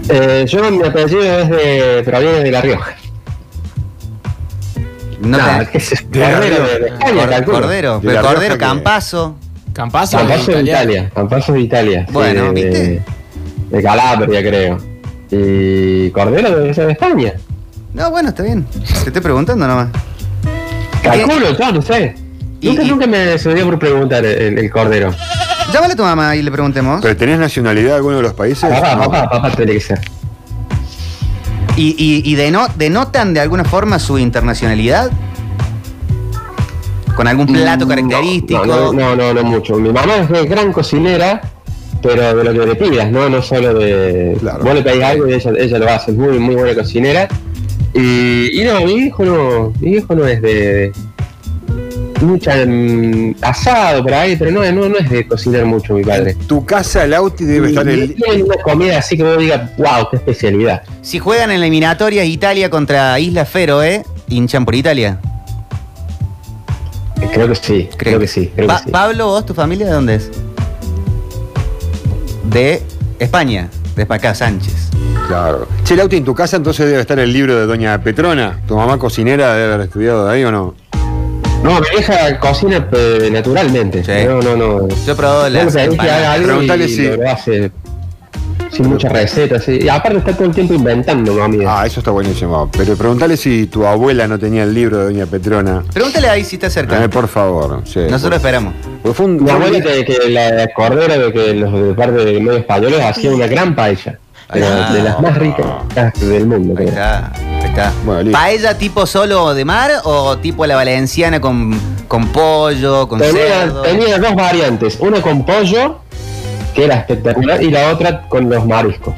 S4: Eh, yo mi apellido es de. proviene de La Rioja.
S2: No
S4: Nah,
S2: tenés-
S4: ¿qué es eso?
S3: De La
S4: Cordero,
S3: Rioja.
S4: de- de España,
S2: Cor-
S4: calculo.
S2: Cordero,
S3: De
S2: pero
S3: La Rioja
S2: Cordero,
S3: que-
S2: Campazo.
S5: Campazo,
S4: Campazo de
S5: italiano.
S4: Italia. Campazo de Italia. sí,
S2: Bueno,
S4: de-
S2: ¿viste?
S4: De Calabria, creo. Y Cordero debe ser de España.
S2: No, bueno, está bien. Te estoy preguntando nomás.
S4: Calculo, yo no sé.
S2: Eh, Y-
S4: nunca,
S2: y-
S4: nunca me subió por preguntar el, el Cordero.
S2: Llámale a tu mamá y le preguntemos.
S3: ¿Pero tenés nacionalidad de alguno de los países?
S4: Papá,
S3: No.
S4: papá, papá tiene que ser.
S2: ¿Y, y, y deno- denotan de alguna forma su internacionalidad? ¿Con algún plato
S4: Mm,
S2: característico?
S4: No no, no, no, no mucho. Mi mamá es de gran cocinera, pero de lo que le pidas, ¿no? No solo de.
S3: Claro.
S4: Vos le pedís algo y ella, ella lo hace. Es muy, muy buena cocinera. Y, y no, mi hijo no. Mi hijo no es de. Mucha mm, asado por ahí, pero no, no, no es de cocinar mucho mi padre.
S3: Tu casa, Lauti, debe estar
S4: Y-
S3: el.
S4: y tiene una comida así que vos digas, wow, qué especialidad.
S2: Si juegan en la eliminatoria Italia contra Isla Feroe, hinchan por Italia.
S4: Eh, Creo que sí, creo, que sí, creo
S2: Pa-
S4: que sí.
S2: Pablo, ¿vos, tu familia de dónde es? de España, de acá Sánchez.
S3: Claro. Che, Lauti, en tu casa entonces debe estar el libro de Doña Petrona. ¿Tu mamá cocinera debe haber estudiado de ahí o no?
S4: No, mi vieja cocina eh, naturalmente.
S2: Sí.
S4: No, no, no.
S2: Yo he probado las
S4: Vamos a ver que haga
S2: empanadas.
S4: algo
S3: Preguntale
S4: y
S3: si-
S4: lo hace sin muchas recetas. sí. Y aparte está todo el tiempo inventando, mami.
S3: Ah, eso está buenísimo. Pero preguntale si tu abuela no tenía el libro de Doña Petrona.
S2: Pregúntale ahí si está cerca.
S3: Eh, por favor. sí.
S2: Nosotros esperamos.
S3: Porque fue un-
S4: Mi abuela que, que la cordera de que los de parte de medio españoles hacían una gran paella. pero
S2: Ah.
S4: de las más ricas del mundo.
S2: Ahí
S4: creo.
S2: está, ahí está.
S3: Bueno, listo.
S2: ¿Paella tipo solo de mar o tipo la valenciana con, con pollo, con
S4: Tenía,
S2: cerdo?
S4: tenía dos variantes, una con pollo, que era espectacular, y la otra con los mariscos.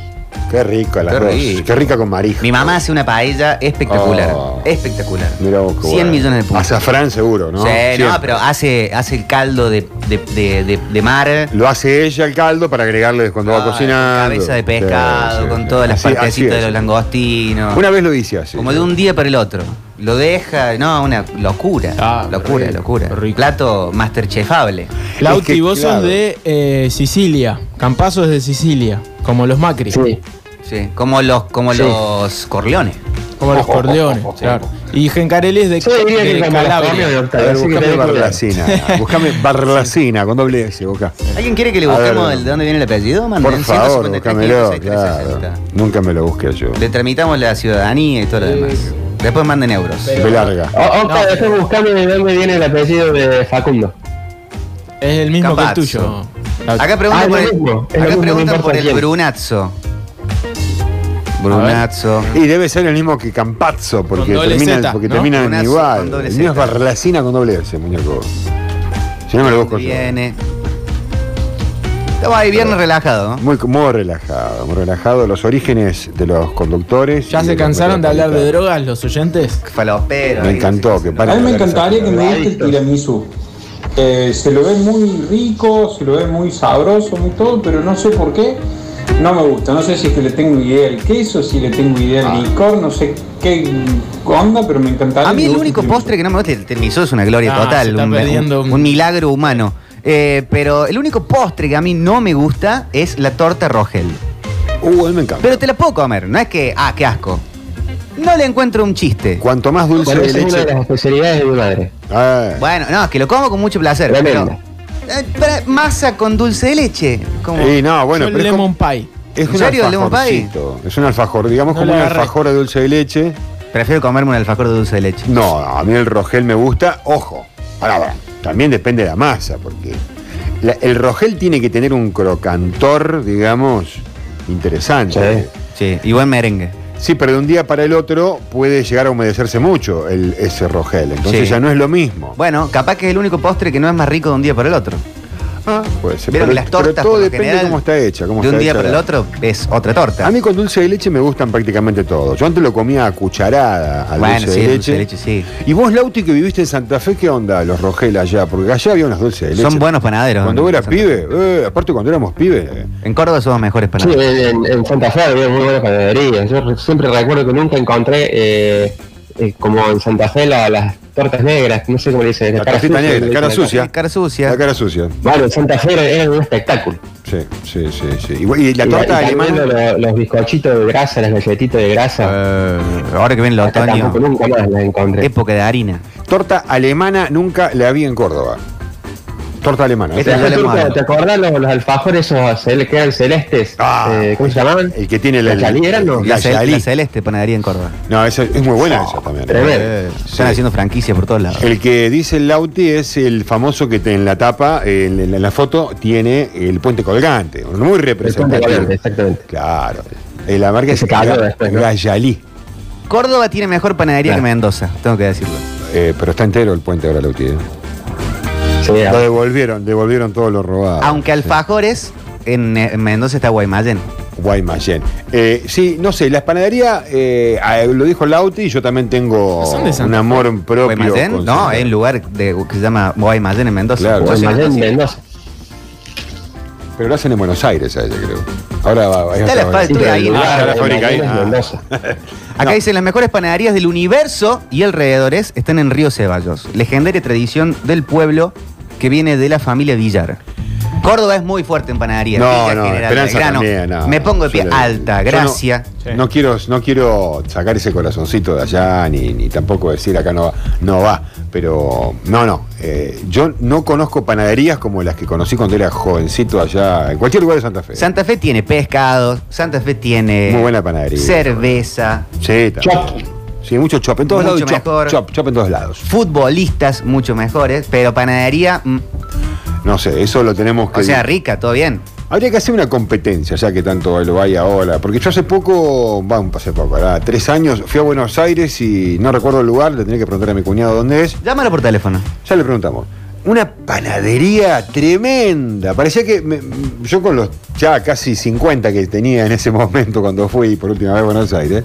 S3: Qué rico las
S2: Qué
S3: dos.
S2: rico.
S3: Qué rica con marija.
S2: Mi mamá hace una paella espectacular,
S3: Oh.
S2: espectacular.
S3: Mira vos, qué
S2: 100
S3: bueno.
S2: millones de puntos.
S3: Azafrán seguro, ¿no?
S2: sí,
S3: Siempre.
S2: no, pero hace, hace el caldo de, de, de- de- de mar.
S3: Lo hace ella el caldo para agregarle cuando va
S2: Ay,
S3: a cocinar.
S2: Ah, Cabeza de pescado, con todas las partecitas de los langostinos.
S3: Una vez lo hice así.
S2: como de un día para el otro. Lo deja, no, una locura.
S5: Ah,
S2: locura,
S5: rico,
S2: locura.
S5: rico.
S2: Plato masterchefable.
S5: Lauti,
S3: Es que,
S5: vos
S3: claro.
S5: sos de eh, Sicilia. Campazo es de Sicilia. Como los Macri.
S4: Sí.
S2: Sí, como los, como
S4: Sí.
S2: los corleones.
S5: Como los Corleones. claro. Y Gencarelli es de,
S4: Yo diría que
S5: de
S4: como los Corleones,
S5: Calabria.
S3: A
S4: Octavio,
S3: ver,
S4: así que
S3: buscame
S4: tenés que leer.
S3: barlacina. buscame barlacina con doble S, busca.
S2: ¿Alguien quiere que le
S3: A
S2: busquemos
S3: ver.
S2: el- de dónde viene el apellido? Manden
S3: Por favor,
S2: 153,
S3: buscámelo.
S2: 506,
S3: Claro.
S2: 360.
S3: Nunca me lo busqué yo.
S2: Le tramitamos la ciudadanía y todo lo demás. Después manden euros.
S3: Ve larga.
S4: O, o, después buscame de dónde viene el apellido de Facundo.
S5: Es el mismo que el tuyo.
S2: Campazzo. Acá
S4: Ah,
S2: preguntan
S4: es lo
S2: por el,
S4: mismo, es lo
S2: acá
S4: mismo,
S2: preguntan
S4: no importa
S2: por el
S4: quién.
S2: Brunazzo. Brunazzo.
S3: Y debe ser el mismo que Campazzo, porque
S5: Con doble
S3: terminan,
S5: Z,
S3: porque
S5: ¿no?
S3: terminan
S2: Con una-
S3: igual.
S2: con doble
S3: El mío es
S2: Z.
S3: barlacina con doble S, muñeco. Si no me lo busco yo.
S2: Viene. Estamos ahí viernes relajado. ¿no?
S3: Muy, muy relajado, muy relajado. Los orígenes de los conductores.
S5: ¿Ya
S3: y
S5: se
S3: los
S5: cansaron de hablar de
S3: metropolitanos.
S5: drogas los oyentes?
S2: Falopero.
S3: Me
S2: ahí,
S3: encantó, que
S8: A
S3: para.
S8: mí me encantaría que me digas el
S4: Adicto.
S8: tiramisú. Eh, se lo ve muy rico, se lo ve muy sabroso, muy todo, pero no sé por qué. No me gusta, no sé si es que le tengo idea del queso, si le tengo idea del licor, no sé qué onda, pero me encantaría.
S2: Ah. A mí
S8: que
S2: el
S8: vos
S2: único
S8: te-
S2: postre que no me gusta el tiramisú es una gloria
S5: Ah, se
S2: total,
S5: está
S2: un,
S5: perdiendo
S2: un-
S5: un-
S2: un milagro humano. Eh, pero el único postre que a mí no me gusta es la torta Rogel.
S3: Uh, a mí me encanta.
S2: Pero te la puedo comer, no es que, ah, qué asco. No le encuentro un chiste.
S3: Cuanto más dulce
S4: Bueno,
S3: de
S4: esa es una
S3: leche.
S4: de las especialidades de mi madre.
S3: Ah,
S2: Bueno, no, es que lo como con mucho placer.
S4: Tremendo.
S2: pero, eh, para- masa con dulce de leche. Como,
S3: y no, bueno,
S5: Yo
S3: pero es,
S5: lemon
S3: como-
S5: pie.
S3: es
S2: ¿En
S3: un
S2: serio, lemon pie?
S3: alfajorcito. Es un alfajor, digamos
S5: No
S3: como
S5: la
S3: un
S5: agarré.
S3: alfajor de dulce de leche.
S2: Prefiero comerme un alfajor de dulce de leche.
S3: No, a mí el rogel me gusta. Ojo, ahora, también depende de la masa, porque la- el rogel tiene que tener un crocantor, digamos, interesante.
S4: Sí.
S2: Sí, y buen merengue.
S3: Sí, pero de un día para el otro puede llegar a humedecerse mucho el, ese rogel. Entonces
S2: Sí.
S3: ya no es lo mismo.
S2: Bueno, capaz que es el único postre que no es más rico de un día para el otro.
S3: Ah, puede ser.
S2: Vieron
S3: Pero,
S2: que las tortas,
S3: pero todo
S2: por lo
S3: depende de
S2: general,
S3: cómo está hecha. cómo
S2: De un
S3: está
S2: día
S3: hecha
S2: para el
S3: la-
S2: otro es otra torta.
S3: A mí con dulce de leche me gustan prácticamente todos. Yo antes lo comía a cucharada al
S2: bueno,
S3: dulce,
S2: sí,
S3: de
S2: el
S3: leche.
S2: dulce de leche, sí.
S3: Y vos, Lauti, que viviste en Santa Fe, ¿qué onda los Rogel allá? Porque allá había unos dulces de leche.
S2: Son buenos panaderos.
S3: Cuando vos eras
S2: Santa Fe.
S3: pibe, eh, aparte cuando éramos pibes. eh.
S2: En Córdoba son los mejores
S4: Sí,
S2: panaderos.
S4: en, en- en Santa Fe había muy buenas panaderías. Yo re- siempre recuerdo que nunca encontré, eh, eh, como en Santa Fe, la- las tortas negras, no sé cómo le dicen.
S3: La
S4: cara
S3: tortita
S4: sucia,
S3: negra,
S4: le
S3: cara
S4: dicen acá.
S3: sucia.
S2: Cara sucia.
S3: La cara sucia.
S4: Bueno, en Santa Fe era, era un espectáculo.
S3: Sí, sí, sí. sí. Igual- Y, la
S4: Y-
S3: torta
S4: y
S3: alemana.
S4: también lo- los, bizcochitos de grasa, las galletitas de grasa.
S2: Eh, ahora que viene el
S4: acá
S2: otoño,
S4: tampoco nunca más las encontré.
S2: época de harina.
S3: Torta alemana nunca la vi en Córdoba. Torta alemana.
S2: Esta-
S4: ¿Te,
S2: Dale,
S4: Turco,
S2: mano.
S4: ¿te acordás los, los alfajores esos cel- que eran celestes?
S3: Ah.
S4: Eh, ¿Cómo se llamaban?
S3: El que tiene la.
S4: ¿La Yalí era, no?
S2: La,
S3: La
S2: cel-
S3: Yalí.
S2: la celeste, panadería en Córdoba.
S3: No, esa es muy buena esa también.
S4: Tremendo.
S2: Eh,
S3: sí.
S2: Están haciendo franquicias por todos lados.
S3: El que dice el Lauti es el famoso que te- en la tapa, eh, en, en la foto, tiene el puente colgante. Muy
S4: El Puente
S3: representativo.
S4: Colgante, exactamente.
S3: Claro. Eh, la marca
S4: Que se cayó
S3: llama
S4: después, ¿no?
S3: Gayalí.
S2: Córdoba tiene mejor panadería
S4: Claro.
S2: que Mendoza, tengo que decirlo.
S3: Eh, pero está entero el puente ahora, Lauti. eh.
S4: Sí,
S3: Lo
S4: ah,
S3: devolvieron, devolvieron todo lo robado.
S2: Aunque Alfajores, en, eh, en Mendoza está Guaymallén.
S3: Guaymallén. Eh, sí, no sé, la panadería, eh, ah, lo dijo Lauti, y yo también tengo
S5: ¿No son de Santa
S3: un
S5: Fe?
S3: amor propio.
S2: ¿Guaymallén?
S3: con
S2: No,
S3: Santa
S2: hay un lugar de- que se llama Guaymallén en Mendoza.
S3: Claro.
S2: Yo soy
S4: Guaymallén,
S2: Mendoza.
S4: Mendoza.
S3: Fe. Pero lo hacen en Buenos Aires, a ella, creo. Ahora va.
S2: Está la
S3: va-
S2: Estuve
S4: pero
S2: ahí,
S4: el lugar
S3: ah, está la
S4: de
S3: fábrica ahí.
S4: Guaymallén es
S3: Ah.
S4: Mendoza.
S2: Acá dicen las mejores panaderías del universo y alrededores están en Río Ceballos. Legendaria tradición del pueblo que viene de la familia Villar. Córdoba es muy fuerte en panadería.
S3: No,
S2: Villa
S3: no,
S2: General
S3: Esperanza
S2: Belgrano.
S3: también, no.
S2: Me pongo de pie
S3: Yo le-
S2: alta,
S3: yo no-
S2: gracias.
S5: Sí.
S3: No quiero, no quiero sacar ese corazoncito de allá, ni, ni tampoco decir acá no va, no va. Pero no, no. eh, yo no conozco panaderías como las que conocí cuando era jovencito allá, en cualquier lugar de Santa Fe.
S2: Santa Fe tiene pescados, Santa Fe tiene
S3: Muy buena panadería.
S2: cerveza,
S3: Sí, también.
S4: Chop.
S3: Sí, mucho chop. En todos
S2: Mucho
S3: lados, chop,
S2: mejor.
S3: chop, chop en todos lados.
S2: futbolistas mucho mejores, pero panadería, mm,
S3: No sé, eso lo tenemos que.
S2: o sea, rica, todo bien.
S3: Habría que hacer una competencia, ya que tanto lo hay ahora. Porque yo hace poco, bueno, hace poco, ¿verdad? tres años, fui a Buenos Aires y no recuerdo el lugar, le tenía que preguntar a mi cuñado dónde es.
S2: Llámalo por teléfono.
S3: Ya le preguntamos. Una panadería tremenda. Parecía que me- yo con los ya casi 50 que tenía en ese momento cuando fui por última vez a Buenos Aires,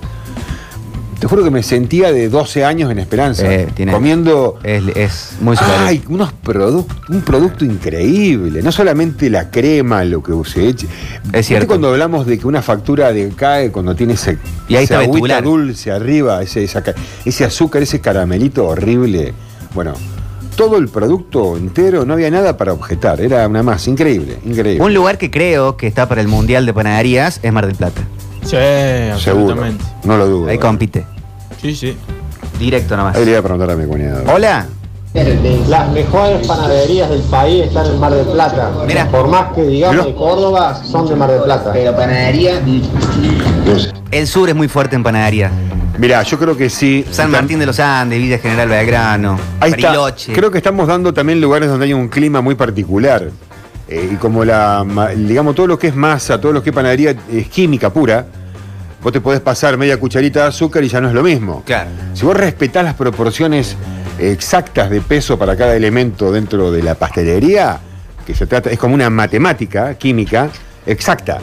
S3: te juro que me sentía de 12 años en Esperanza,
S2: Eh, tiene-
S3: comiendo
S2: Es, es muy superior.
S3: Ay, unos product- un producto increíble. No solamente la crema, lo que se eche. ¿Viste
S2: cierto.
S3: cuando hablamos de que una factura decae cuando tiene ese,
S2: Y ahí está
S3: esa agüita
S2: vetular.
S3: dulce arriba, ese, esa ca- ese azúcar, ese caramelito horrible? Bueno, todo el producto entero, no había nada para objetar. Era una más, increíble, increíble.
S2: Un lugar que creo que está para el Mundial de Panaderías es Mar del Plata.
S5: Sí,
S3: Seguro.
S5: absolutamente.
S3: No lo dudo. ¿eh?
S2: Ahí compite.
S5: Sí, sí.
S2: Directo nomás.
S3: Ahí le voy a preguntar a mi cuñado.
S2: Hola.
S7: Las mejores panaderías del país están en Mar del Plata.
S2: Mirá.
S7: Por más que digamos
S3: Mirá.
S7: de Córdoba, son de Mar del Plata.
S2: panadería. El sur es muy fuerte en panadería.
S3: Mirá, yo creo que sí.
S2: San Martín de los Andes, Villa General Belgrano,
S3: Ahí está.
S2: Bariloche.
S3: Creo que estamos dando también lugares donde hay un clima muy particular. Eh, y como la, ma- digamos, todo lo que es masa, todo lo que es panadería es química pura, vos te podés pasar media cucharita de azúcar y ya no es lo mismo.
S2: Claro.
S3: Si vos respetás las proporciones exactas de peso para cada elemento dentro de la pastelería, que se trata, es como una matemática química exacta,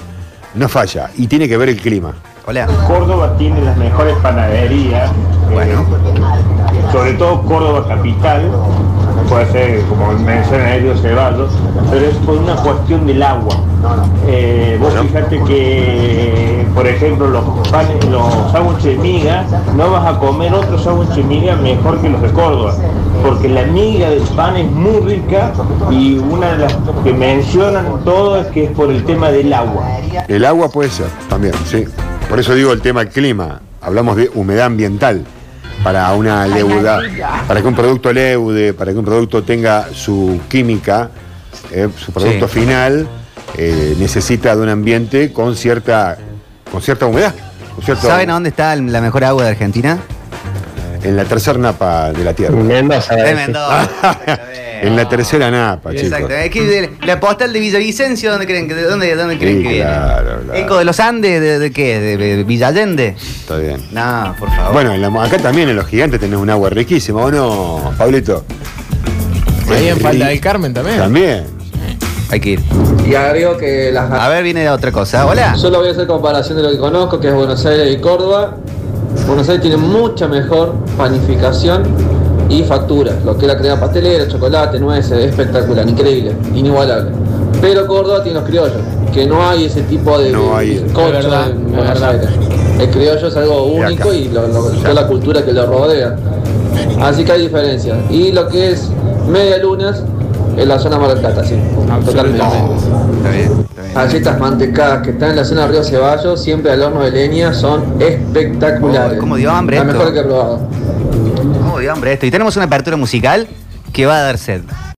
S3: no falla. Y tiene que ver el clima.
S2: Hola.
S10: Córdoba tiene las mejores panaderías, eh, sobre todo Córdoba capital, puede ser como menciona ellos Ceballos, pero es por una cuestión del agua. Eh, vos fijate que, por ejemplo, los panes, los sándwiches de miga, no vas a comer otro sándwich de miga mejor que los de Córdoba, porque la miga del pan es muy rica y una de las que mencionan todos es que es por el tema del agua.
S3: El agua puede ser también, sí. Por eso digo el tema clima. Hablamos de humedad ambiental para una leuda, para que un producto leude, para que un producto tenga su química, eh, su producto
S2: Sí.
S3: final, eh, necesita de un ambiente con cierta, con cierta humedad. con cierto-
S2: ¿Saben a dónde está el- la mejor agua de Argentina?
S3: En la tercera napa de la tierra.
S4: Mendoza,
S2: En
S4: eh,
S2: Mendoza.
S3: en la tercera napa, chicos.
S2: Exacto. Es que la postal de Villavicencio, ¿dónde creen que, de dónde, dónde creen
S3: Sí,
S2: que viene?
S3: claro, claro.
S2: ¿Eco de los Andes? ¿De, de qué? ¿De, de Villa Allende?
S3: Está bien.
S2: No, por favor.
S3: Bueno, en la- acá también en los gigantes tenés un agua riquísima, ¿o no, Pablito?
S5: Ahí en Falda del Carmen
S2: ¿eh?
S5: también.
S3: También.
S2: Hay que ir.
S11: Y agrego que las
S2: A ver, viene otra cosa. Hola.
S11: Solo voy a hacer comparación de lo que conozco, que es Buenos Aires y Córdoba. Buenos Aires tiene mucha mejor panificación y factura. Lo que es la crema pastelera, chocolate, nueces, es espectacular, increíble, inigualable. Pero Córdoba tiene los criollos, que no hay ese tipo de,
S3: No
S11: de-
S3: hay.
S11: de corcho
S5: Es verdad,
S11: en
S5: es
S11: Buenos
S5: verdad.
S11: Aires. El criollo es algo
S3: Y acá.
S11: único y lo- lo-
S3: Ya.
S11: toda la cultura que lo rodea. Así que hay diferencias. Y lo que es media lunas en la zona Mar del Plata, sí. Totalmente.
S2: Está bien, está bien.
S11: Galletas mantecadas que están en la zona de Río Ceballos, siempre al horno de leña, son espectaculares.
S2: Oh, cómo dio hambre
S11: eh. La
S2: esto.
S11: mejor que he probado.
S2: Oh, Dios, hombre, esto. Y tenemos una apertura musical que va a dar sed.